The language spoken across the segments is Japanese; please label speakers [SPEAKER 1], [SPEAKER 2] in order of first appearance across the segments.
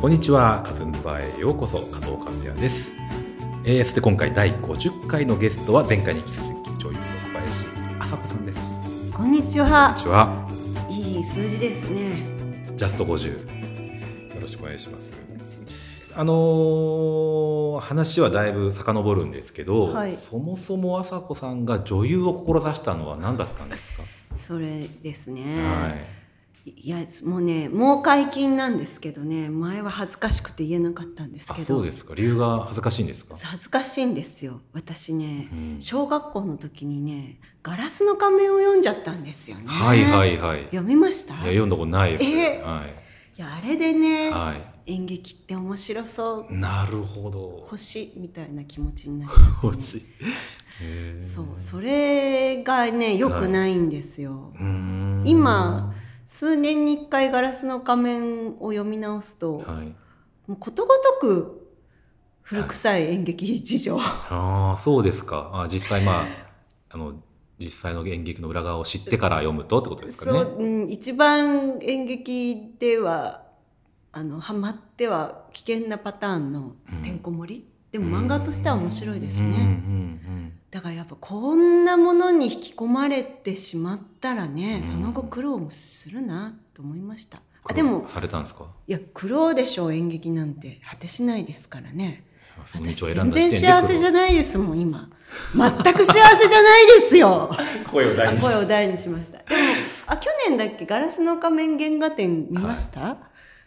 [SPEAKER 1] こんにちは、カズンズバーへようこそ、加藤和也です。えー、そして今回第50回のゲストは前回に引き続き女優の小林麻子さんです。こんに
[SPEAKER 2] こんにちは。
[SPEAKER 1] ちは、
[SPEAKER 2] いい数字ですね。
[SPEAKER 1] ジャスト50。よろしくお願いします。あのー話はだいぶ遡るんですけど、
[SPEAKER 2] はい
[SPEAKER 1] そもそも麻子さんが女優を志したのは何だったんですか、
[SPEAKER 2] それですね。
[SPEAKER 1] はい。
[SPEAKER 2] い、やもうねもう解禁なんですけどね前は恥ずかしくて言えなかったんです
[SPEAKER 1] あ、
[SPEAKER 2] けど。
[SPEAKER 1] そうですか。理由が恥ずかしいんですか
[SPEAKER 2] 恥ずかしいんですよ私ね、
[SPEAKER 1] うん
[SPEAKER 2] 小学校の時にね「ガラスの仮面」を読んじゃったんですよね
[SPEAKER 1] はいはいいはい。いや、
[SPEAKER 2] 読みましたい
[SPEAKER 1] 読んだことないです。
[SPEAKER 2] えやあれでね、
[SPEAKER 1] はい。はい。
[SPEAKER 2] 演劇って面白そう
[SPEAKER 1] なるほど。
[SPEAKER 2] 星みたいな気持ちになっちゃって
[SPEAKER 1] 星。へえ
[SPEAKER 2] そうそれがね良くないんですよ、
[SPEAKER 1] うーん
[SPEAKER 2] 今数年に1回「ガラスの仮面」を読み直すと、
[SPEAKER 1] はい。
[SPEAKER 2] もうことごとく古臭い演劇事情、
[SPEAKER 1] ああ、そうですか。あ実際 まあ、あの、実際の演劇の裏側を知ってから読むとってことですか
[SPEAKER 2] そ
[SPEAKER 1] ね。
[SPEAKER 2] う、うん、一番演劇ではあのハマっては危険なパターンの
[SPEAKER 1] うん
[SPEAKER 2] てんこ盛り、でも漫画としては面白いですね、
[SPEAKER 1] うんうん
[SPEAKER 2] だからやっぱこんなものに引き込まれてしまったら
[SPEAKER 1] う
[SPEAKER 2] ね、
[SPEAKER 1] ん
[SPEAKER 2] その後苦労もするなと思いました
[SPEAKER 1] う
[SPEAKER 2] あ
[SPEAKER 1] ん。
[SPEAKER 2] でも
[SPEAKER 1] されたんですか
[SPEAKER 2] いや苦労でしょう演劇なんて果てしないですからね
[SPEAKER 1] その
[SPEAKER 2] 私
[SPEAKER 1] 道を選ん
[SPEAKER 2] 全
[SPEAKER 1] だ
[SPEAKER 2] 然
[SPEAKER 1] 時点で
[SPEAKER 2] 幸せじゃないですもん今全く幸せじゃないですよ
[SPEAKER 1] 声を
[SPEAKER 2] あ
[SPEAKER 1] 大に
[SPEAKER 2] 声
[SPEAKER 1] し
[SPEAKER 2] を大にしましたでもあ去年だっけ「ガラスの仮面原画展」見ました、
[SPEAKER 1] い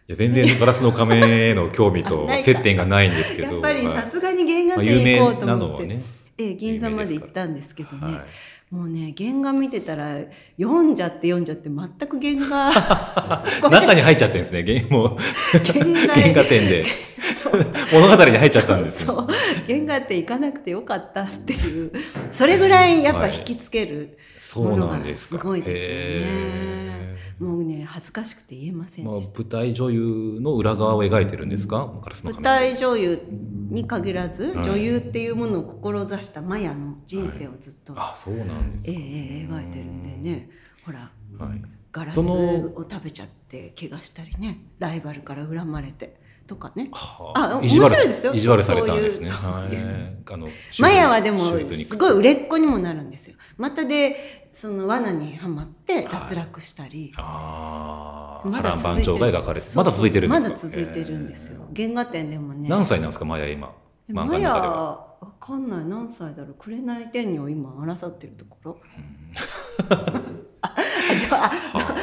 [SPEAKER 1] や全然ガラスの仮面への興味
[SPEAKER 2] あ
[SPEAKER 1] と
[SPEAKER 2] ないか
[SPEAKER 1] 接点がないんですけど。
[SPEAKER 2] やっぱりさ
[SPEAKER 1] はい
[SPEAKER 2] すがに原
[SPEAKER 1] ま
[SPEAKER 2] 画
[SPEAKER 1] あ有
[SPEAKER 2] 展
[SPEAKER 1] 名
[SPEAKER 2] 行こうと
[SPEAKER 1] な
[SPEAKER 2] 思
[SPEAKER 1] の
[SPEAKER 2] っ
[SPEAKER 1] は
[SPEAKER 2] て、
[SPEAKER 1] ね。
[SPEAKER 2] ええ、銀座ま
[SPEAKER 1] 有名です
[SPEAKER 2] で行
[SPEAKER 1] から
[SPEAKER 2] ったんですけどね、
[SPEAKER 1] はい。
[SPEAKER 2] もうね原画見てたら読んじゃって読んじゃって全く原 画ごめん
[SPEAKER 1] 中に入っちゃってるんですね。原もう
[SPEAKER 2] 原画
[SPEAKER 1] 原画展で物語に入っちゃったんですね。
[SPEAKER 2] そう原画って行かなくてよかったっていうそれぐらいやっぱ引きつける
[SPEAKER 1] そ
[SPEAKER 2] も
[SPEAKER 1] う
[SPEAKER 2] の
[SPEAKER 1] な
[SPEAKER 2] が
[SPEAKER 1] んです
[SPEAKER 2] す
[SPEAKER 1] か。
[SPEAKER 2] ごいですよね
[SPEAKER 1] へ。ー
[SPEAKER 2] もうね恥ずかしくて言えません
[SPEAKER 1] まあ、
[SPEAKER 2] でした。
[SPEAKER 1] 舞台女優の裏側を描いてるんですか、ガラスの
[SPEAKER 2] 舞
[SPEAKER 1] 仮面
[SPEAKER 2] 台女優に限らず、
[SPEAKER 1] はい
[SPEAKER 2] 女優っていうものを志したマヤの人生をずっと、
[SPEAKER 1] あそうなんです
[SPEAKER 2] ええ
[SPEAKER 1] か、
[SPEAKER 2] ええ描いてるんでねほら
[SPEAKER 1] はい、
[SPEAKER 2] ガラス
[SPEAKER 1] その
[SPEAKER 2] を食べちゃって怪我したりねライバルから恨まれてとかね
[SPEAKER 1] は
[SPEAKER 2] あ
[SPEAKER 1] 意地悪
[SPEAKER 2] 面白いですよ
[SPEAKER 1] 意地悪されたんですね
[SPEAKER 2] そういうそういう
[SPEAKER 1] はいあの手術
[SPEAKER 2] マヤはでも
[SPEAKER 1] 手術に
[SPEAKER 2] すごい売れっ子にもなるんですよまたでその罠にはまって脱落したり、
[SPEAKER 1] ああ
[SPEAKER 2] ま
[SPEAKER 1] 波
[SPEAKER 2] だ
[SPEAKER 1] 乱
[SPEAKER 2] 続い
[SPEAKER 1] 万
[SPEAKER 2] て
[SPEAKER 1] 丈
[SPEAKER 2] る
[SPEAKER 1] が描かれて
[SPEAKER 2] そうそうそう
[SPEAKER 1] まだ続いてるんですか
[SPEAKER 2] まだ続いてるんですよ、原画展でも
[SPEAKER 1] え
[SPEAKER 2] ね
[SPEAKER 1] ー何歳なんですかマヤ今
[SPEAKER 2] マ
[SPEAKER 1] 漫画の中で
[SPEAKER 2] ヤ
[SPEAKER 1] は
[SPEAKER 2] わかんない何歳だろう紅天女を今争ってるところ あじゃあ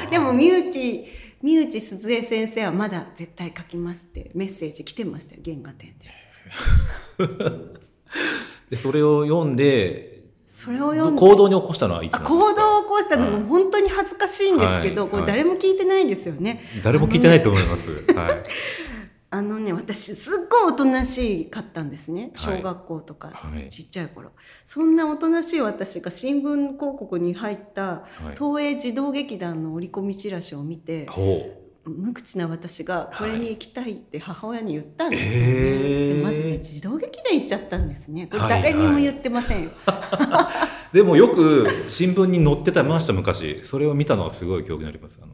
[SPEAKER 2] あでも身内身内鈴江先生はまだ絶対書きますってメッセージ来てましたよ原画展で
[SPEAKER 1] でそれを読んで
[SPEAKER 2] それを読んで
[SPEAKER 1] 行動に起こしたのはいつ
[SPEAKER 2] あ
[SPEAKER 1] なんです
[SPEAKER 2] 行動
[SPEAKER 1] か
[SPEAKER 2] を起こしたのも本当に恥ずかしいんですけど、
[SPEAKER 1] はい
[SPEAKER 2] これ誰も聞いてないですよね。
[SPEAKER 1] 誰も聞いてないと思います、 はい
[SPEAKER 2] あのね私すっごいおとなしかったんですね
[SPEAKER 1] はい
[SPEAKER 2] 小学校とか、
[SPEAKER 1] はい
[SPEAKER 2] ちっちゃい頃そんなおとなしい私が新聞広告に入った
[SPEAKER 1] はい
[SPEAKER 2] 東映児童劇団の折り込みチラシを見て、
[SPEAKER 1] ほ
[SPEAKER 2] 無口な私がこれに行きたいって母親に言ったんですよ
[SPEAKER 1] へ
[SPEAKER 2] ね、
[SPEAKER 1] ー
[SPEAKER 2] でまずね児童劇団行っちゃったんですねこれ
[SPEAKER 1] はい
[SPEAKER 2] 誰にも言ってませんよ、
[SPEAKER 1] うでもよく新聞に載ってたりました昔それを見たのはすごい記憶になりますあの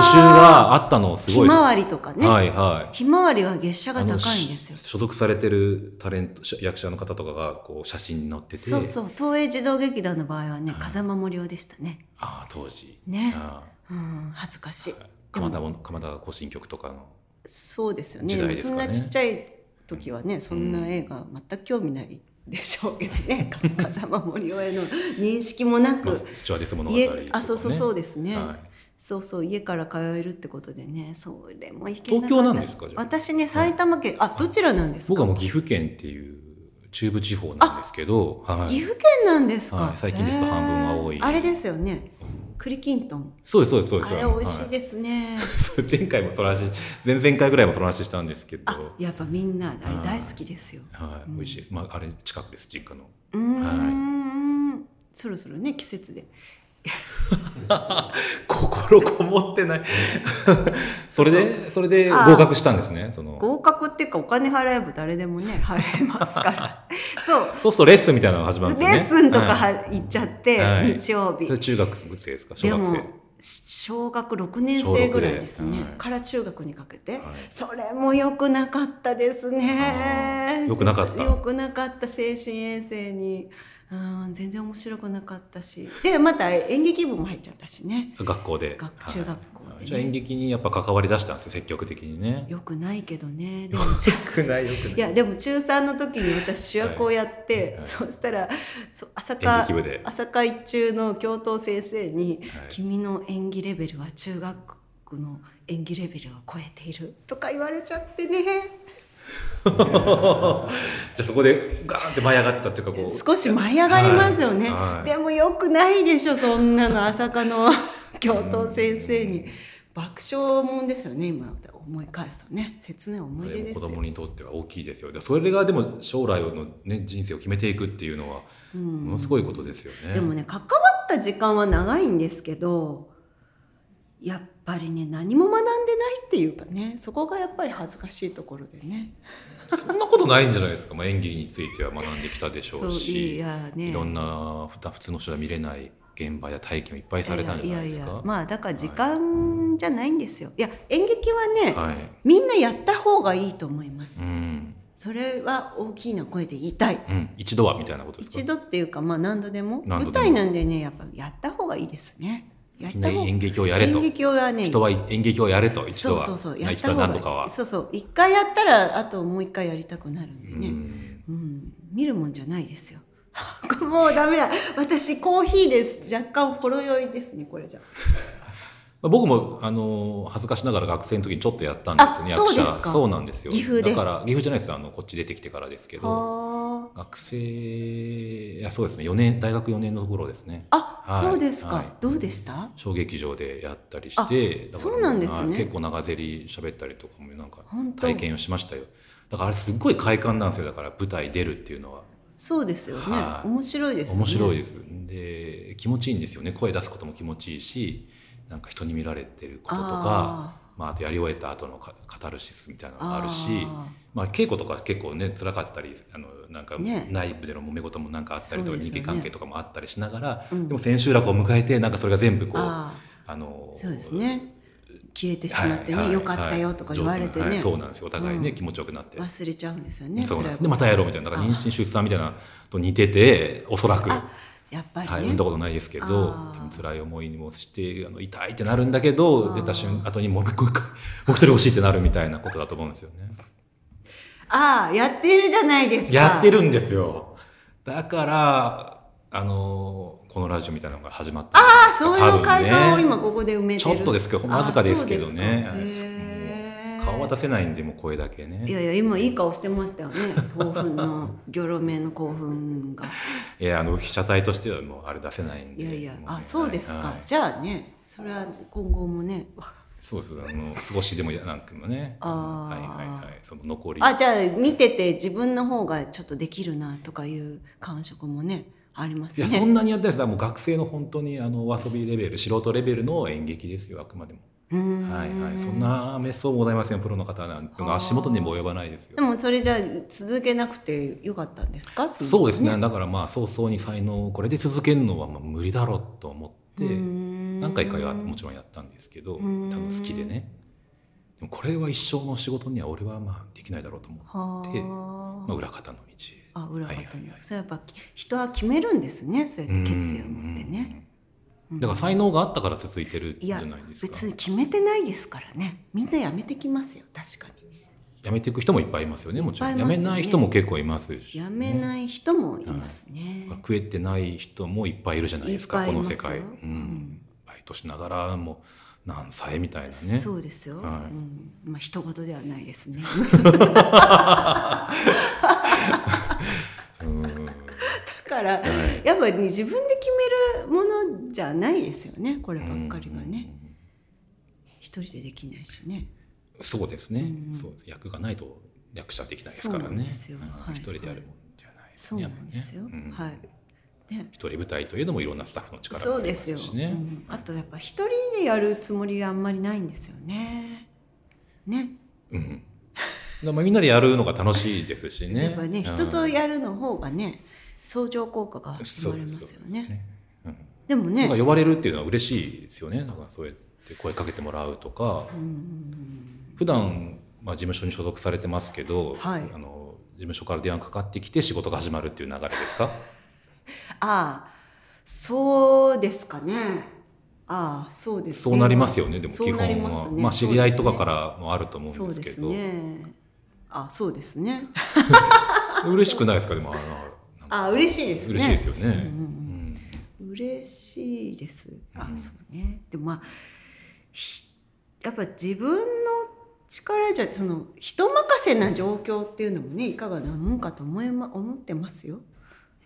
[SPEAKER 1] 募集
[SPEAKER 2] あ
[SPEAKER 1] があったのを
[SPEAKER 2] ー
[SPEAKER 1] す
[SPEAKER 2] ひ
[SPEAKER 1] ごい
[SPEAKER 2] まわりとかね、
[SPEAKER 1] はいはい
[SPEAKER 2] ひまわりは月謝が
[SPEAKER 1] あ
[SPEAKER 2] 高いん
[SPEAKER 1] の
[SPEAKER 2] で
[SPEAKER 1] し
[SPEAKER 2] すよ
[SPEAKER 1] 所属されてるタレントし役者の方とかがこう写真に載ってて
[SPEAKER 2] そうそう東映児童劇団の場合はね風間森夫でしたね
[SPEAKER 1] ああ当時
[SPEAKER 2] ね
[SPEAKER 1] あ
[SPEAKER 2] うん恥ずかしい
[SPEAKER 1] あ鎌田も鎌田行進曲とかの
[SPEAKER 2] そうですよね
[SPEAKER 1] 時代ですか
[SPEAKER 2] そん
[SPEAKER 1] ね
[SPEAKER 2] なちっちゃい時はねそんな映画全く興味ないでしょうけど ね風間森夫への認識もな
[SPEAKER 1] まあ
[SPEAKER 2] く
[SPEAKER 1] ススチュワーデス物語と
[SPEAKER 2] 家
[SPEAKER 1] か、ね、
[SPEAKER 2] あそうそうそうですね、
[SPEAKER 1] は
[SPEAKER 2] そうそう家から通えるってことでねそれも行けかった
[SPEAKER 1] 東京なんですかじゃあ
[SPEAKER 2] 私ね埼玉県あどちらなんですか
[SPEAKER 1] 僕はもう岐阜県っていう中部地方なんですけどはい
[SPEAKER 2] 岐阜県なんですか、
[SPEAKER 1] はい最近ですと半分は多い
[SPEAKER 2] へーあれですよね栗きんとん
[SPEAKER 1] そうですそうですそうです
[SPEAKER 2] あれ美味しい
[SPEAKER 1] で
[SPEAKER 2] ですね、
[SPEAKER 1] す、はい前回もその話前々回ぐらいもその話したんですけど
[SPEAKER 2] あやっぱみんなあれ大好きですよ
[SPEAKER 1] はい、美味しいです。まあ、あれ近くです、実家 の。
[SPEAKER 2] うーん、そろそろね季節で
[SPEAKER 1] 心こもってない。 それで、それで
[SPEAKER 2] あ
[SPEAKER 1] 合格したんですね。その。
[SPEAKER 2] 合格っていうかお金払えば誰で もね払えますからそう
[SPEAKER 1] そうするとレッスンみたいなのが始まるんですよね。
[SPEAKER 2] レッスンとかは、
[SPEAKER 1] はい
[SPEAKER 2] 行っちゃって、
[SPEAKER 1] はい
[SPEAKER 2] 日曜日
[SPEAKER 1] それ中学生ですか小
[SPEAKER 2] で
[SPEAKER 1] 学
[SPEAKER 2] も
[SPEAKER 1] 生。
[SPEAKER 2] 小学6年生ぐらいです
[SPEAKER 1] 小六
[SPEAKER 2] ね、
[SPEAKER 1] ではい
[SPEAKER 2] から中学にかけて、
[SPEAKER 1] はい
[SPEAKER 2] それも良くなかったです
[SPEAKER 1] あ
[SPEAKER 2] ね
[SPEAKER 1] ー良くなかった
[SPEAKER 2] 良くなかった精神衛生にうん全然面白くなかったしでまた演劇部も入っちゃったしね
[SPEAKER 1] 学校で
[SPEAKER 2] 学
[SPEAKER 1] はい
[SPEAKER 2] 中学校でね
[SPEAKER 1] じゃあ演劇にやっぱ関わり出したんですよ積極的にね
[SPEAKER 2] 良くないけど ねでも中
[SPEAKER 1] くないよく
[SPEAKER 2] いやでも中3の時に私主役をやって、
[SPEAKER 1] はい
[SPEAKER 2] そうしたらそう朝
[SPEAKER 1] 演
[SPEAKER 2] 霞
[SPEAKER 1] 劇部で
[SPEAKER 2] 朝霞中の教頭先生に、
[SPEAKER 1] はい
[SPEAKER 2] 君の演技レベルは中学の演技レベルを超えている」とか言われちゃってね
[SPEAKER 1] じゃあそこでガーンって舞い上がったっていうかこう
[SPEAKER 2] 少し舞い上がりますよね、
[SPEAKER 1] はいはい
[SPEAKER 2] でもよくないでしょそんなの朝霞の 教頭先生に爆笑もんですよね今思い返すとね切ない思い出
[SPEAKER 1] でも
[SPEAKER 2] です
[SPEAKER 1] 子
[SPEAKER 2] よ
[SPEAKER 1] 供にとっては大きいですよでそれがでも将来の、ね、人生を決めていくっていうのはものすごいことですよね、
[SPEAKER 2] でもね関わった時間は長いんですけどやっぱりね何も学んでないっていうかねそこがやっぱり恥ずかしいところでね
[SPEAKER 1] そんなことないんじゃないですか、まあ、演技については学んできたでしょう
[SPEAKER 2] そう
[SPEAKER 1] し
[SPEAKER 2] いやね
[SPEAKER 1] いろんなふた普通の人は見れない現場や体験をいっぱいされたんじゃないですか
[SPEAKER 2] ややまあだから時間じゃないんですよ、い、や演劇はね、
[SPEAKER 1] はい
[SPEAKER 2] みんなやった方がいいと思います、
[SPEAKER 1] うん、
[SPEAKER 2] それは大きな声で言いたい
[SPEAKER 1] うん、一度はみたいなことですか
[SPEAKER 2] 一度っていうかまあ何度でも
[SPEAKER 1] 何度で
[SPEAKER 2] 舞
[SPEAKER 1] も
[SPEAKER 2] 台なんでねやっぱやった方がいいですねやっ
[SPEAKER 1] みんな
[SPEAKER 2] た方
[SPEAKER 1] 演劇をやれと
[SPEAKER 2] 演劇はね
[SPEAKER 1] 人は演劇をやれと一
[SPEAKER 2] そ
[SPEAKER 1] 度
[SPEAKER 2] う
[SPEAKER 1] は
[SPEAKER 2] そうそう
[SPEAKER 1] まあ
[SPEAKER 2] やっ
[SPEAKER 1] 一
[SPEAKER 2] た
[SPEAKER 1] 度
[SPEAKER 2] 方
[SPEAKER 1] は
[SPEAKER 2] が
[SPEAKER 1] 何とかは
[SPEAKER 2] そうそう一回やったらあともう一回やりたくなるんで
[SPEAKER 1] う
[SPEAKER 2] ね
[SPEAKER 1] ん
[SPEAKER 2] うん、見るもんじゃないですよ もうダメだ私コーヒーです若干ほろ酔いですねこれじゃ
[SPEAKER 1] まあ僕もあの恥ずかしながら学生の時にちょっとやったんですよね
[SPEAKER 2] あ
[SPEAKER 1] 役者
[SPEAKER 2] そうですか
[SPEAKER 1] そうなんですよ
[SPEAKER 2] 岐阜で
[SPEAKER 1] だから岐阜じゃないですあのこっち出てきてからですけど
[SPEAKER 2] は
[SPEAKER 1] 学生いやそうですね四年大学4年の頃ですね
[SPEAKER 2] あ、あ
[SPEAKER 1] はい
[SPEAKER 2] そうですか、
[SPEAKER 1] はい
[SPEAKER 2] どうでした
[SPEAKER 1] 小劇場でやったりしてだから
[SPEAKER 2] そうなんですね
[SPEAKER 1] はい結構長ゼリ喋ったりとかもなんか
[SPEAKER 2] 本当
[SPEAKER 1] 体験をしましたよだからあれすっごい快感なんですよだから舞台出るっていうのは
[SPEAKER 2] そうですよね、
[SPEAKER 1] はい
[SPEAKER 2] 面白いですよね
[SPEAKER 1] 面白いですで気持ちいいんですよね声出すことも気持ちいいしなんか人に見られてることとか
[SPEAKER 2] あ
[SPEAKER 1] まあ、あとやり終えた後のカカタルシスみたいなのがあるし
[SPEAKER 2] あ
[SPEAKER 1] まあ、稽古とか結構ね辛かったりあのなんか
[SPEAKER 2] ね
[SPEAKER 1] 内部での揉め事もなんかあったりと
[SPEAKER 2] そ
[SPEAKER 1] か、
[SPEAKER 2] うです
[SPEAKER 1] 人
[SPEAKER 2] よね
[SPEAKER 1] 間関係とかもあったりしながら、
[SPEAKER 2] うん
[SPEAKER 1] でも千秋楽を迎えてなんかそれが全部こうあ
[SPEAKER 2] あ
[SPEAKER 1] の
[SPEAKER 2] ーそうですね消えてし
[SPEAKER 1] はい
[SPEAKER 2] まってね、
[SPEAKER 1] はい
[SPEAKER 2] よかったよとか言われてね、
[SPEAKER 1] はいそうなんですよお互いね、
[SPEAKER 2] うん
[SPEAKER 1] 気持ちよくなって、
[SPEAKER 2] 忘れちゃうんですよね
[SPEAKER 1] そうなんです
[SPEAKER 2] 辛
[SPEAKER 1] で
[SPEAKER 2] いこ
[SPEAKER 1] ま
[SPEAKER 2] と
[SPEAKER 1] たやろうみたいなだから妊娠出産みたいなのと似てておそらく。
[SPEAKER 2] あやっぱりね、
[SPEAKER 1] はい、産んだことないですけど
[SPEAKER 2] あー
[SPEAKER 1] 多分辛い思いもしてあの痛いってなるんだけど
[SPEAKER 2] あー
[SPEAKER 1] 出た瞬後にもう一個 もう一人欲しいってなるみたいなことだと思うんですよ ね。
[SPEAKER 2] ああやってるじゃないですか
[SPEAKER 1] やってるんですよだからあのこのラジオみたいなのが始まったあ
[SPEAKER 2] あそういう快感を今ここで埋めてる
[SPEAKER 1] ちょっとですけどほんまわずかですけどね
[SPEAKER 2] あそうですかへー
[SPEAKER 1] 顔は出せないんでもう声だけね
[SPEAKER 2] いやいや今いい顔してましたよね興 奮のギョロ目の興奮が
[SPEAKER 1] いやあの被写体としてはもうあれ出せないん
[SPEAKER 2] い
[SPEAKER 1] で
[SPEAKER 2] やいや
[SPEAKER 1] もね
[SPEAKER 2] あそうです
[SPEAKER 1] はい
[SPEAKER 2] か
[SPEAKER 1] はい
[SPEAKER 2] じゃあねそれは今後もね
[SPEAKER 1] そうですあの少しでもやなんかもね
[SPEAKER 2] あー
[SPEAKER 1] はいはいはいその残り
[SPEAKER 2] あじゃあ見てて自分の方がちょっとできるなとかいう感触もねあります
[SPEAKER 1] い
[SPEAKER 2] ね
[SPEAKER 1] やそんなにやってないですだからもう学生の本当にあのお遊びレベル素人レベルの演劇ですよあくまでも、
[SPEAKER 2] うーん
[SPEAKER 1] はいはいそんな滅相もございませんプロの方なんてのは足元にも及ばないですよ
[SPEAKER 2] でもそれじゃあ続けなくてよかったんですか
[SPEAKER 1] そうですねだからまあ早々に才能をこれで続けるのはまあ無理だろうと思って何
[SPEAKER 2] 何
[SPEAKER 1] 回かはもちろんやったんですけど多
[SPEAKER 2] ん
[SPEAKER 1] 分好きでねでもこれは一生の仕事には俺はまあできないだろうと思って、
[SPEAKER 2] は
[SPEAKER 1] まあ、裏方の道へ
[SPEAKER 2] あ、裏方に、
[SPEAKER 1] はいはいはい
[SPEAKER 2] そうやっぱき人は決めるんですねそうやって決意を持って
[SPEAKER 1] うんうん
[SPEAKER 2] ね、
[SPEAKER 1] うんだから才能があったから続いてるん
[SPEAKER 2] い
[SPEAKER 1] じゃ
[SPEAKER 2] や
[SPEAKER 1] ないですか
[SPEAKER 2] 別に決めてないですからねみんなやめてきますよ確かに
[SPEAKER 1] 辞めていく人もいっぱいいますよねもちろん、
[SPEAKER 2] いっぱい
[SPEAKER 1] 辞
[SPEAKER 2] いま
[SPEAKER 1] め
[SPEAKER 2] すよね
[SPEAKER 1] ない人も結構いますし
[SPEAKER 2] やめない人もいますね、
[SPEAKER 1] 食えてない人もいっぱいいるじゃないですか
[SPEAKER 2] いっ
[SPEAKER 1] こ
[SPEAKER 2] ぱいい
[SPEAKER 1] の
[SPEAKER 2] ます
[SPEAKER 1] 世
[SPEAKER 2] よ
[SPEAKER 1] 界、うん
[SPEAKER 2] うん
[SPEAKER 1] バイトしながらもう何歳みたいなね
[SPEAKER 2] そうですよ、
[SPEAKER 1] はい
[SPEAKER 2] うん、まあ人事ではないです ねだから、やっぱり、ね、自分で決めるものじゃないですよねこればっかりはね、一人でできないしね
[SPEAKER 1] そうですね、そうです役がないと役者できないですから
[SPEAKER 2] そうなん
[SPEAKER 1] ね
[SPEAKER 2] ですよ
[SPEAKER 1] うん
[SPEAKER 2] はい
[SPEAKER 1] 一人でやるもんじゃないです
[SPEAKER 2] そう
[SPEAKER 1] ね
[SPEAKER 2] なんですよ、
[SPEAKER 1] やっぱねうん
[SPEAKER 2] はいね
[SPEAKER 1] 一人舞台というのもいろんなスタッフの力が
[SPEAKER 2] そ
[SPEAKER 1] あ
[SPEAKER 2] う
[SPEAKER 1] り
[SPEAKER 2] で
[SPEAKER 1] ます
[SPEAKER 2] よ、
[SPEAKER 1] すしね
[SPEAKER 2] うんあとやっぱ一人でやるつもりはあんまりないんですよねね
[SPEAKER 1] でもみんなでやるのが楽しいですしね
[SPEAKER 2] やっぱね人
[SPEAKER 1] うん
[SPEAKER 2] とやるの方がね相乗効果が生まれますよね
[SPEAKER 1] ねうん
[SPEAKER 2] でも
[SPEAKER 1] なん
[SPEAKER 2] ね
[SPEAKER 1] か呼ばれるっていうのは嬉しいですよねなんかそうやって声かけてもらうとか、普段まあ事務所に所属されてますけど、
[SPEAKER 2] はい
[SPEAKER 1] あの事務所から電話かかってきて仕事が始まるっていう流れですか
[SPEAKER 2] ああそうですかねああそうですね
[SPEAKER 1] そうなりますよねでも
[SPEAKER 2] そう
[SPEAKER 1] 基本
[SPEAKER 2] なりま
[SPEAKER 1] は
[SPEAKER 2] すね
[SPEAKER 1] まあ知り合いとかからもあると思
[SPEAKER 2] そ
[SPEAKER 1] うん
[SPEAKER 2] う
[SPEAKER 1] です
[SPEAKER 2] で
[SPEAKER 1] け
[SPEAKER 2] す
[SPEAKER 1] ど
[SPEAKER 2] ねあそうですね
[SPEAKER 1] 嬉しくないですかでもあのなんか
[SPEAKER 2] あ嬉しいですね
[SPEAKER 1] 嬉しいですよね、
[SPEAKER 2] 嬉しいですあ、そうねでもまあひやっぱ自分の力じゃその人任せな状況っていうのもねいかがなもんかと思い、ま、思ってますよ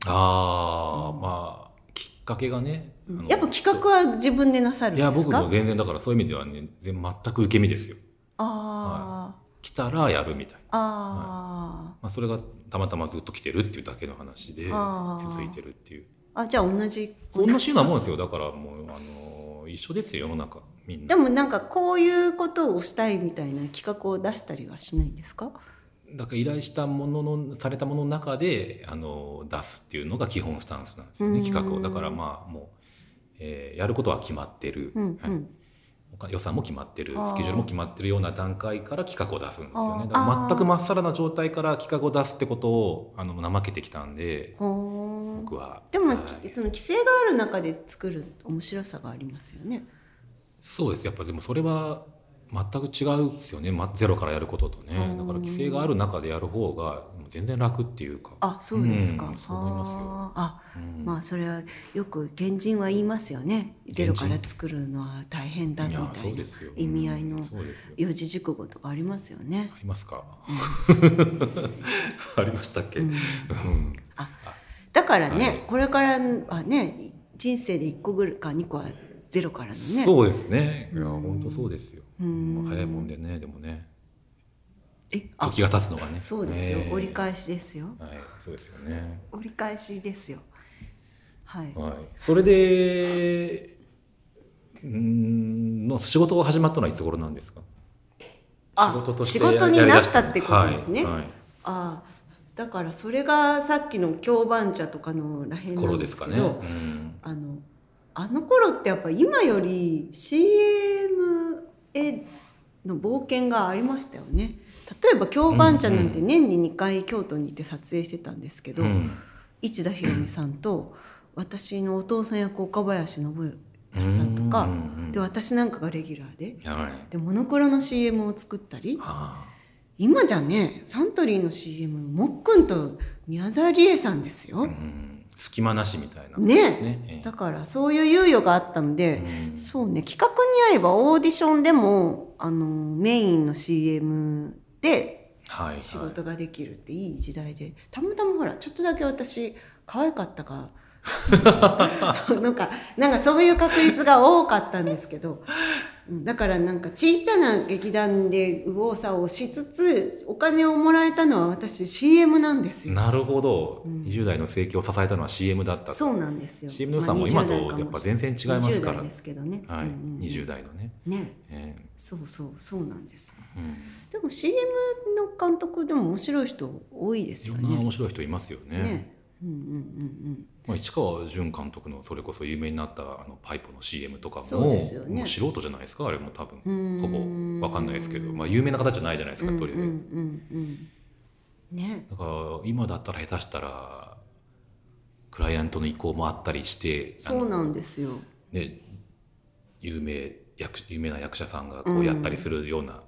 [SPEAKER 1] ああまあきっかけがねあの
[SPEAKER 2] やっぱ企画は自分でなさる
[SPEAKER 1] い
[SPEAKER 2] んです
[SPEAKER 1] や
[SPEAKER 2] か
[SPEAKER 1] 僕も全然だからそういう意味ではね全全く受け身ですよ
[SPEAKER 2] あ
[SPEAKER 1] 来たらやるみたいな、
[SPEAKER 2] あ、あ
[SPEAKER 1] まあ、それがたまたまずっと来てるっていうだけの話で
[SPEAKER 2] あー
[SPEAKER 1] 続いてるっていう
[SPEAKER 2] あ、あじゃあ同じ
[SPEAKER 1] 同じようなもんですよだからもうあの一緒ですよ世の中みん
[SPEAKER 2] で
[SPEAKER 1] な
[SPEAKER 2] もなんかこういうことをしたいみたいな企画を出したりはしないんですか
[SPEAKER 1] だから依頼したもののされたものの中であの出すっていうのが基本スタンスなんですよ
[SPEAKER 2] う
[SPEAKER 1] ね
[SPEAKER 2] ん
[SPEAKER 1] 企画をだからまあもう、えーやることは決まってる、
[SPEAKER 2] うん
[SPEAKER 1] は
[SPEAKER 2] う
[SPEAKER 1] い
[SPEAKER 2] ん、
[SPEAKER 1] お金予算も決まってる
[SPEAKER 2] あー
[SPEAKER 1] スケジュールも決まってるような段階から企画を出すんですよ
[SPEAKER 2] あ
[SPEAKER 1] ね
[SPEAKER 2] ー
[SPEAKER 1] だから全くまっさらな状態から企画を出すってことをあの怠けてきたんで
[SPEAKER 2] ほー
[SPEAKER 1] 僕は
[SPEAKER 2] でも、
[SPEAKER 1] はい
[SPEAKER 2] その規制がある中で作る面白さがありますよね。
[SPEAKER 1] そうですやっぱでもそれは全く違うんですよね、ま、ゼロからやることとね
[SPEAKER 2] うん
[SPEAKER 1] だから規制がある中でやる方が全然楽っていうか
[SPEAKER 2] あ、そうですか。
[SPEAKER 1] うんそう思いますよ
[SPEAKER 2] あーあ、
[SPEAKER 1] うん
[SPEAKER 2] まあそれはよく原人は言いますよね。ゼロから作るのは大変だ
[SPEAKER 1] い
[SPEAKER 2] みたい
[SPEAKER 1] や
[SPEAKER 2] な
[SPEAKER 1] そうですよ
[SPEAKER 2] 意味合いの
[SPEAKER 1] そうですよ
[SPEAKER 2] 四字熟語とかありますよね
[SPEAKER 1] あ。りますか ありましたっけ、うん
[SPEAKER 2] だからね、
[SPEAKER 1] はい
[SPEAKER 2] これからはね、人生で一個ぐらいか二個はゼロからのね。
[SPEAKER 1] そうですねいや本当そうですよ
[SPEAKER 2] うん
[SPEAKER 1] 早いもんでねでもね
[SPEAKER 2] え、あ、
[SPEAKER 1] 時が経つのがね
[SPEAKER 2] そうですよ
[SPEAKER 1] え。え
[SPEAKER 2] 折り返しですよ。
[SPEAKER 1] はい、そうですよね。
[SPEAKER 2] 折り返しですよ。はい。
[SPEAKER 1] はい、それで。うーん、の仕事が始まったのはいつ頃なんですか。
[SPEAKER 2] あ仕事になったってことですね
[SPEAKER 1] はいはい
[SPEAKER 2] ああだからそれがさっきの京番茶とかのらへんな
[SPEAKER 1] 頃
[SPEAKER 2] ん
[SPEAKER 1] で
[SPEAKER 2] ですす
[SPEAKER 1] か
[SPEAKER 2] け
[SPEAKER 1] ね。
[SPEAKER 2] ど、
[SPEAKER 1] うん
[SPEAKER 2] あのあの頃ってやっぱ今より CM への冒険がありましたよね例えば京番茶なんて年に2回京都に行って撮影してたんですけど、
[SPEAKER 1] うん
[SPEAKER 2] 市田ひろみさんと私のお父さん役岡林信康さんとか
[SPEAKER 1] うんうんうん
[SPEAKER 2] で私なんかがレギュラーで
[SPEAKER 1] はい。
[SPEAKER 2] でモノクロの CM を作ったり
[SPEAKER 1] あ
[SPEAKER 2] 今じゃねサントリーの CM もっくんと宮沢りえさんですよ
[SPEAKER 1] あ、う、ん、隙間なしみたいな。
[SPEAKER 2] ね
[SPEAKER 1] ええ
[SPEAKER 2] だからそういう猶予があったので、
[SPEAKER 1] うん
[SPEAKER 2] そうね企画に合えばオーディションでもあのメインの CM で
[SPEAKER 1] はい、はい。
[SPEAKER 2] 仕事ができるっていい時代でたまたまほらちょっとだけ私可愛かっ たかなんかなんかそういう確率が多かったんですけどうんだからなんか小さな劇団で右往左往しつつお金をもらえたのは私 CM なんですよ。
[SPEAKER 1] なるほど、20代の盛況を支えたのは CM だったと。
[SPEAKER 2] そうなんですよ。
[SPEAKER 1] CM の予算も今と
[SPEAKER 2] まあ20代か
[SPEAKER 1] やっ
[SPEAKER 2] も
[SPEAKER 1] ぱ
[SPEAKER 2] しれ
[SPEAKER 1] 全
[SPEAKER 2] ない
[SPEAKER 1] 然違いますか
[SPEAKER 2] 20代
[SPEAKER 1] ら
[SPEAKER 2] で。すけどね。
[SPEAKER 1] はい、
[SPEAKER 2] うんうん
[SPEAKER 1] 20代のね。
[SPEAKER 2] ね、
[SPEAKER 1] ええ
[SPEAKER 2] そうそうそうなんです。
[SPEAKER 1] うん
[SPEAKER 2] でも CM の監督でも面白い人多いです
[SPEAKER 1] い
[SPEAKER 2] よ
[SPEAKER 1] ろんな
[SPEAKER 2] ね。
[SPEAKER 1] 面白い人いますよ
[SPEAKER 2] ね、うんうんうん
[SPEAKER 1] まあ、市川淳監督のそれこそ有名になったあのパイプの CM とかも
[SPEAKER 2] そうですよね
[SPEAKER 1] もう素人じゃないですかあれも多
[SPEAKER 2] ー
[SPEAKER 1] 分
[SPEAKER 2] ん
[SPEAKER 1] ほぼ分かんないですけど、まあ、有名な方じゃないじゃないです
[SPEAKER 2] うん。
[SPEAKER 1] かとりあえず、
[SPEAKER 2] うんうんうんうん。ね、
[SPEAKER 1] だから今だったら下手したらクライアントの意向もあったりしてあの
[SPEAKER 2] そうなんですよ。
[SPEAKER 1] ね、有名役有名な役者さんがこうやったりするような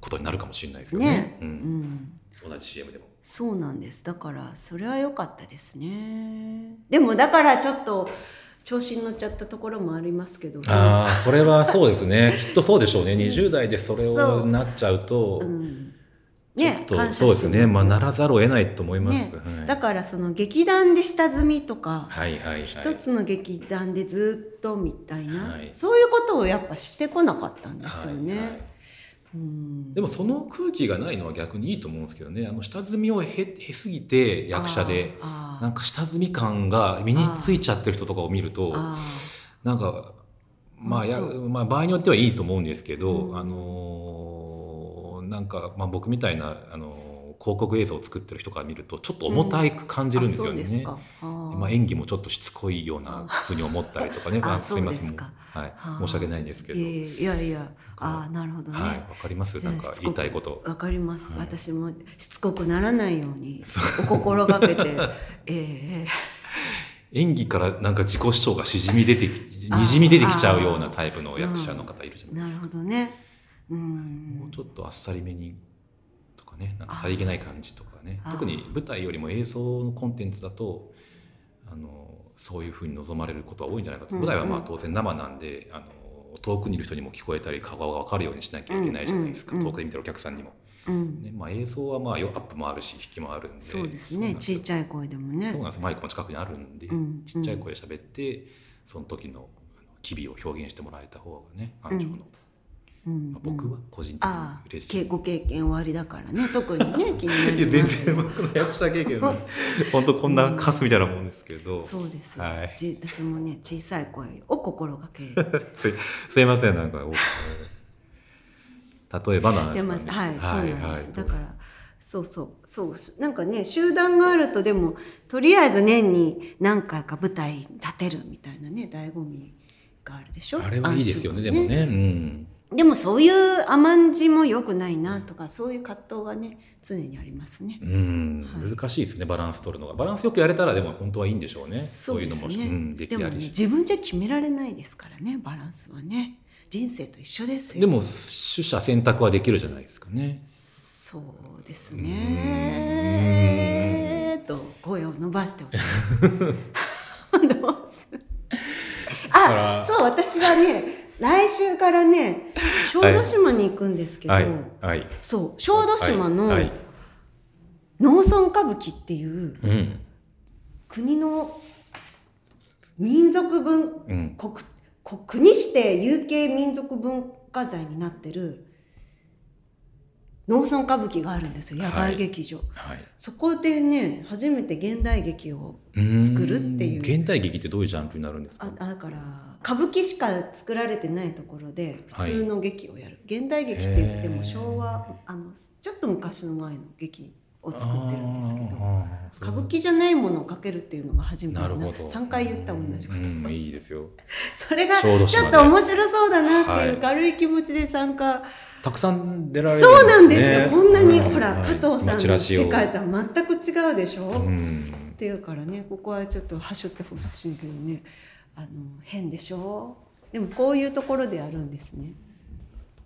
[SPEAKER 1] ことになるかもしれないですよね
[SPEAKER 2] ね
[SPEAKER 1] う、
[SPEAKER 2] うんん、
[SPEAKER 1] 同じ CM でも。
[SPEAKER 2] そうなんです。だからそれは良かったですね。でもだからちょっと調子に乗っちゃったところもありますけど。
[SPEAKER 1] ああ、それはそうですね。 きっとそうでしょうね。20代でそれ
[SPEAKER 2] そ
[SPEAKER 1] を
[SPEAKER 2] う
[SPEAKER 1] なっちゃうと、
[SPEAKER 2] うん。
[SPEAKER 1] ちょ
[SPEAKER 2] ね
[SPEAKER 1] っ、と
[SPEAKER 2] 感謝して
[SPEAKER 1] そうですね。まあ、ならざるを得ないと思いま
[SPEAKER 2] ね
[SPEAKER 1] す。はい、
[SPEAKER 2] だからその劇団で下積みとか。
[SPEAKER 1] はいはいはい。
[SPEAKER 2] 一つの劇団でずっとみたいな、
[SPEAKER 1] はい
[SPEAKER 2] そういうことをやっぱしてこなかったんですよね。
[SPEAKER 1] はいはい
[SPEAKER 2] うん
[SPEAKER 1] でもその空気がないのは逆にいいと思うんですけどねあの下積みを経経すぎて役者で
[SPEAKER 2] あー
[SPEAKER 1] なんか下積み感が身についちゃってる人とかを見ると
[SPEAKER 2] あー
[SPEAKER 1] なんか、まあや
[SPEAKER 2] 本
[SPEAKER 1] まあ、場合によってはいいと思うんですけど、あのーなんか、まあ、僕みたいな、あのー広告映像を作ってる人から見るとちょっと重たく感じるんですよね。
[SPEAKER 2] あそうですか。あー
[SPEAKER 1] まあ、演技もちょっとしつこいようなふうに思ったりとかね、
[SPEAKER 2] あ
[SPEAKER 1] まあ、す
[SPEAKER 2] そう
[SPEAKER 1] いま
[SPEAKER 2] で
[SPEAKER 1] せん
[SPEAKER 2] す
[SPEAKER 1] もう
[SPEAKER 2] か
[SPEAKER 1] はい
[SPEAKER 2] はあ、
[SPEAKER 1] 申し訳ないんですけれど、
[SPEAKER 2] いえいえいやいや、ああ、なるほどね。
[SPEAKER 1] はい、わかりますなんか言いたいこと。
[SPEAKER 2] わかります、
[SPEAKER 1] はい
[SPEAKER 2] 私もしつこくならないようにお心が けてええ
[SPEAKER 1] 演技からなんか自己主張がしじみ出てき、
[SPEAKER 2] あー
[SPEAKER 1] にじみ出てきちゃうようなタイプの役者の方いるじゃない
[SPEAKER 2] な
[SPEAKER 1] で
[SPEAKER 2] る
[SPEAKER 1] すか。
[SPEAKER 2] ほどねう
[SPEAKER 1] もうんちょっとあっさりめにとかね、なんかさりげない感じとかね
[SPEAKER 2] あ、ー
[SPEAKER 1] 特に舞台よりも映像のコンテンツだと、あのそういうふうに望まれることは多いんじゃないかと。
[SPEAKER 2] うん
[SPEAKER 1] 舞台はまあ当然生なんで、あの遠くにいる人にも聞こえたり顔がわかるようにしなきゃいけないじゃないですか。
[SPEAKER 2] うんうんうん
[SPEAKER 1] 遠くで見てるお客さんにも。
[SPEAKER 2] うん、
[SPEAKER 1] ねまあ、映像はまあよアップもあるし引きもあるんで
[SPEAKER 2] そうですね
[SPEAKER 1] そうないん
[SPEAKER 2] ち
[SPEAKER 1] です
[SPEAKER 2] ちゃい声でもね
[SPEAKER 1] そうなんですマイクも近くにあるんで、
[SPEAKER 2] うん
[SPEAKER 1] ちっちゃい声で喋ってその時のあの機微を表現してもらえた方がね感情の、
[SPEAKER 2] うん
[SPEAKER 1] まあ、僕は個人的に
[SPEAKER 2] ああ
[SPEAKER 1] 嬉しい。
[SPEAKER 2] けご経験終わりだからね特にね気に
[SPEAKER 1] い
[SPEAKER 2] な
[SPEAKER 1] や
[SPEAKER 2] り
[SPEAKER 1] 全
[SPEAKER 2] ます
[SPEAKER 1] 然僕の役者経験は本当こんなカスみたいなもんですけど、
[SPEAKER 2] そうです、
[SPEAKER 1] はい
[SPEAKER 2] ち私もね小さい声を心がけ
[SPEAKER 1] すいすいませんなんか例えばの話
[SPEAKER 2] 出
[SPEAKER 1] なん
[SPEAKER 2] ま
[SPEAKER 1] です
[SPEAKER 2] す
[SPEAKER 1] けど
[SPEAKER 2] はい、そうなんです、
[SPEAKER 1] はい
[SPEAKER 2] だからそうそうそうなんかね集団があるとでもとりあえず年に何回か舞台立てるみたいなね醍醐味があるでしょ
[SPEAKER 1] あれはいいですよねでも
[SPEAKER 2] 安心
[SPEAKER 1] ね、うん、
[SPEAKER 2] でもそういう甘んじも良くないなとかそういう葛藤がね常にありますね
[SPEAKER 1] うん、
[SPEAKER 2] はい
[SPEAKER 1] 難しいですねバランス取るのがバランスよくやれたらでも本当はいいんでしょうねそういうのも、うん、で
[SPEAKER 2] で
[SPEAKER 1] き
[SPEAKER 2] も
[SPEAKER 1] あ
[SPEAKER 2] ね
[SPEAKER 1] りし
[SPEAKER 2] 自分じゃ決められないですからねバランスはね人生と一緒ですよ
[SPEAKER 1] でも取捨選択はできるじゃないですかね
[SPEAKER 2] そうですね。と声を伸ばしております。伸 ばすあ、そう私はね、来週からね、小豆島に行くんですけど、
[SPEAKER 1] はいはい
[SPEAKER 2] そう小豆島の
[SPEAKER 1] はいはい
[SPEAKER 2] 農村歌舞伎っていう
[SPEAKER 1] うん
[SPEAKER 2] 国の民族文
[SPEAKER 1] うん
[SPEAKER 2] 国国国指定有形民族文化財になってる農村歌舞伎があるんですよ野
[SPEAKER 1] は
[SPEAKER 2] 外
[SPEAKER 1] い
[SPEAKER 2] 劇場、
[SPEAKER 1] はい
[SPEAKER 2] そこでね初めて現代劇を
[SPEAKER 1] うん
[SPEAKER 2] 作るっていう
[SPEAKER 1] 現代劇ってどういうジャンルになるんですか
[SPEAKER 2] ああだから歌舞伎しか作られてないところで普通の劇をやる、現代劇って言って
[SPEAKER 1] へー
[SPEAKER 2] も昭和あのちょっと昔の前の劇を作ってるんですけど
[SPEAKER 1] あー
[SPEAKER 2] 歌舞伎じゃないものをかけるっていうのが初めて
[SPEAKER 1] なるほど
[SPEAKER 2] 3回言った同じこと、
[SPEAKER 1] うんうんいいですよ
[SPEAKER 2] それがち
[SPEAKER 1] 小
[SPEAKER 2] ょ
[SPEAKER 1] 豆
[SPEAKER 2] っ
[SPEAKER 1] 島で
[SPEAKER 2] と面白そうだなってい
[SPEAKER 1] は
[SPEAKER 2] う
[SPEAKER 1] い
[SPEAKER 2] 軽い気持ちで参加、
[SPEAKER 1] たくさん出られる
[SPEAKER 2] そうなんです
[SPEAKER 1] ね
[SPEAKER 2] よこんなに、
[SPEAKER 1] う
[SPEAKER 2] ほら、
[SPEAKER 1] はい
[SPEAKER 2] 加藤さん
[SPEAKER 1] チ
[SPEAKER 2] の
[SPEAKER 1] ラシを
[SPEAKER 2] 世界とは全く違うでしょ、
[SPEAKER 1] う
[SPEAKER 2] っ
[SPEAKER 1] ん
[SPEAKER 2] ていうからねここはちょっとはしょってほしいけどねあの変でしょでもこういうところでやるんですね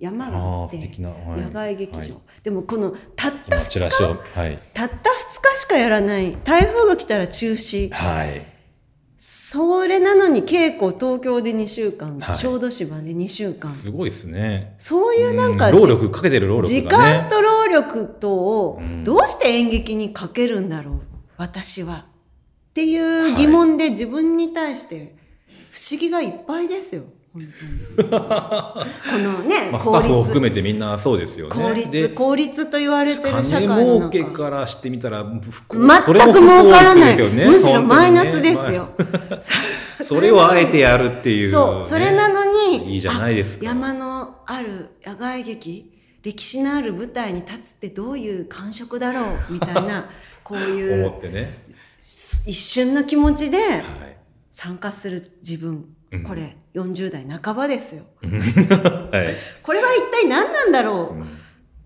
[SPEAKER 2] 山があっ
[SPEAKER 1] あー
[SPEAKER 2] て
[SPEAKER 1] 素敵なはい
[SPEAKER 2] 野外劇場、
[SPEAKER 1] はい
[SPEAKER 2] でもこのたった
[SPEAKER 1] 今
[SPEAKER 2] 2
[SPEAKER 1] チラシをはい
[SPEAKER 2] たった2日しかやらない台風が来たら中止
[SPEAKER 1] はい
[SPEAKER 2] それなのに稽古を東京で2週間、
[SPEAKER 1] はい
[SPEAKER 2] 小豆島で2週間
[SPEAKER 1] すごいですね
[SPEAKER 2] そういうなんか、
[SPEAKER 1] うん労力かけてる労力
[SPEAKER 2] 時
[SPEAKER 1] がね
[SPEAKER 2] 間と労力とを
[SPEAKER 1] うん
[SPEAKER 2] どうして演劇にかけるんだろう、私は。っていう疑問で自分に対して不思議がいっぱいですよ。本当 にこのね、
[SPEAKER 1] まあ、スタ
[SPEAKER 2] 効
[SPEAKER 1] ッフを
[SPEAKER 2] 率、
[SPEAKER 1] 含めてみんなそうですよね。
[SPEAKER 2] 効率、
[SPEAKER 1] で
[SPEAKER 2] 効率と言われてる社会
[SPEAKER 1] 金
[SPEAKER 2] の
[SPEAKER 1] 儲け
[SPEAKER 2] 中。
[SPEAKER 1] からしてみたら不幸それも不
[SPEAKER 2] 全く儲から
[SPEAKER 1] 幸
[SPEAKER 2] な
[SPEAKER 1] ですよ
[SPEAKER 2] い。
[SPEAKER 1] ね
[SPEAKER 2] むしろ
[SPEAKER 1] 本当にね
[SPEAKER 2] マイナスですよ
[SPEAKER 1] ま。あ それをあえてやるっていう、
[SPEAKER 2] そう、それなのに、
[SPEAKER 1] いいじゃないですか
[SPEAKER 2] あ山のある野外劇、歴史のある舞台に立つってどういう感触だろうみた いな、こうい
[SPEAKER 1] 思
[SPEAKER 2] う
[SPEAKER 1] ってね。
[SPEAKER 2] 一瞬の気持ちで
[SPEAKER 1] は
[SPEAKER 2] 参加する自分
[SPEAKER 1] うん。
[SPEAKER 2] これ、40代半ばですよ。
[SPEAKER 1] い。はい。
[SPEAKER 2] これは一体何なんだろ
[SPEAKER 1] う
[SPEAKER 2] うんっ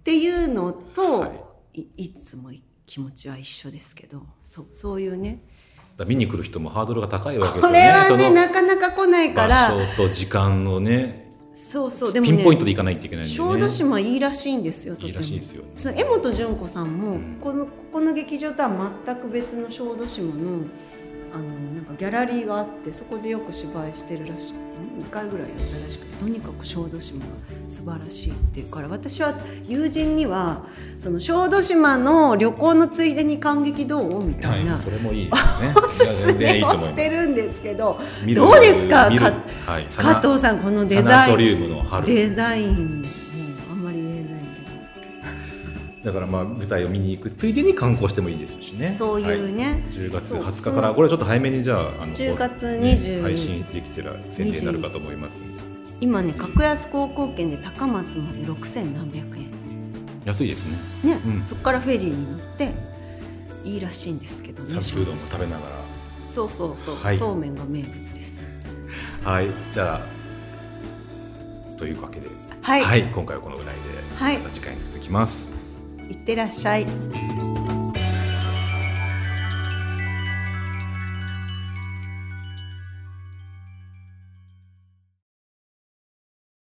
[SPEAKER 2] ていうのと、、
[SPEAKER 1] はい
[SPEAKER 2] いつも気持ちは一緒ですけど、そう、そういうね。
[SPEAKER 1] だから見に来る人もハードルが高いわけです
[SPEAKER 2] こ
[SPEAKER 1] よね。
[SPEAKER 2] れはね、
[SPEAKER 1] その
[SPEAKER 2] なかなか来ない
[SPEAKER 1] 場
[SPEAKER 2] から、
[SPEAKER 1] 所と時間をね、
[SPEAKER 2] そうそう、でも
[SPEAKER 1] ピ
[SPEAKER 2] ね、
[SPEAKER 1] ンポイントで行かないといけないんで、ね。
[SPEAKER 2] 小豆島いいらしいんですよとても
[SPEAKER 1] いいらしいですよね
[SPEAKER 2] その江本純子さんも、
[SPEAKER 1] うん
[SPEAKER 2] このここの劇場とは全く別の小豆島のあのなんかギャラリーがあってそこでよく芝居してるらしく2回ぐらいやったらしくてとにかく小豆島が素晴らしいっていうから私は友人にはその小豆島の旅行のついでに観劇どうみたいな、
[SPEAKER 1] はい。それもいいですね。お
[SPEAKER 2] おすすめをしてるんですけど
[SPEAKER 1] 見る
[SPEAKER 2] どうですか
[SPEAKER 1] 見る
[SPEAKER 2] か
[SPEAKER 1] はい、
[SPEAKER 2] 加藤さんこのデ
[SPEAKER 1] サナ
[SPEAKER 2] ザ
[SPEAKER 1] トリ
[SPEAKER 2] イ
[SPEAKER 1] ウ
[SPEAKER 2] ン
[SPEAKER 1] ムの春。
[SPEAKER 2] デザインもあんまり言えないけど。
[SPEAKER 1] だからまあ舞台を見に行くついでに観光してもいいですしね。
[SPEAKER 2] そういうね
[SPEAKER 1] は10月
[SPEAKER 2] そう
[SPEAKER 1] 20
[SPEAKER 2] そ
[SPEAKER 1] 日
[SPEAKER 2] う
[SPEAKER 1] からこれはちょっと早めにじゃああの
[SPEAKER 2] 10月
[SPEAKER 1] ね
[SPEAKER 2] 20
[SPEAKER 1] 配信できてら宣伝になるかと思います。
[SPEAKER 2] 今ね格安航空券で高松まで6000何百円
[SPEAKER 1] え安いですね
[SPEAKER 2] ね、
[SPEAKER 1] うん
[SPEAKER 2] そこからフェリーに乗っていいらしいんですけどね
[SPEAKER 1] 讃岐うどんも食べなが
[SPEAKER 2] そうそうそう、
[SPEAKER 1] はい
[SPEAKER 2] そうめんが名物です
[SPEAKER 1] らはいじゃあというわけで
[SPEAKER 2] はい、
[SPEAKER 1] はい、今回はこのぐらいで、
[SPEAKER 2] はい
[SPEAKER 1] また次回に続きます
[SPEAKER 2] いってらっしゃい
[SPEAKER 1] 「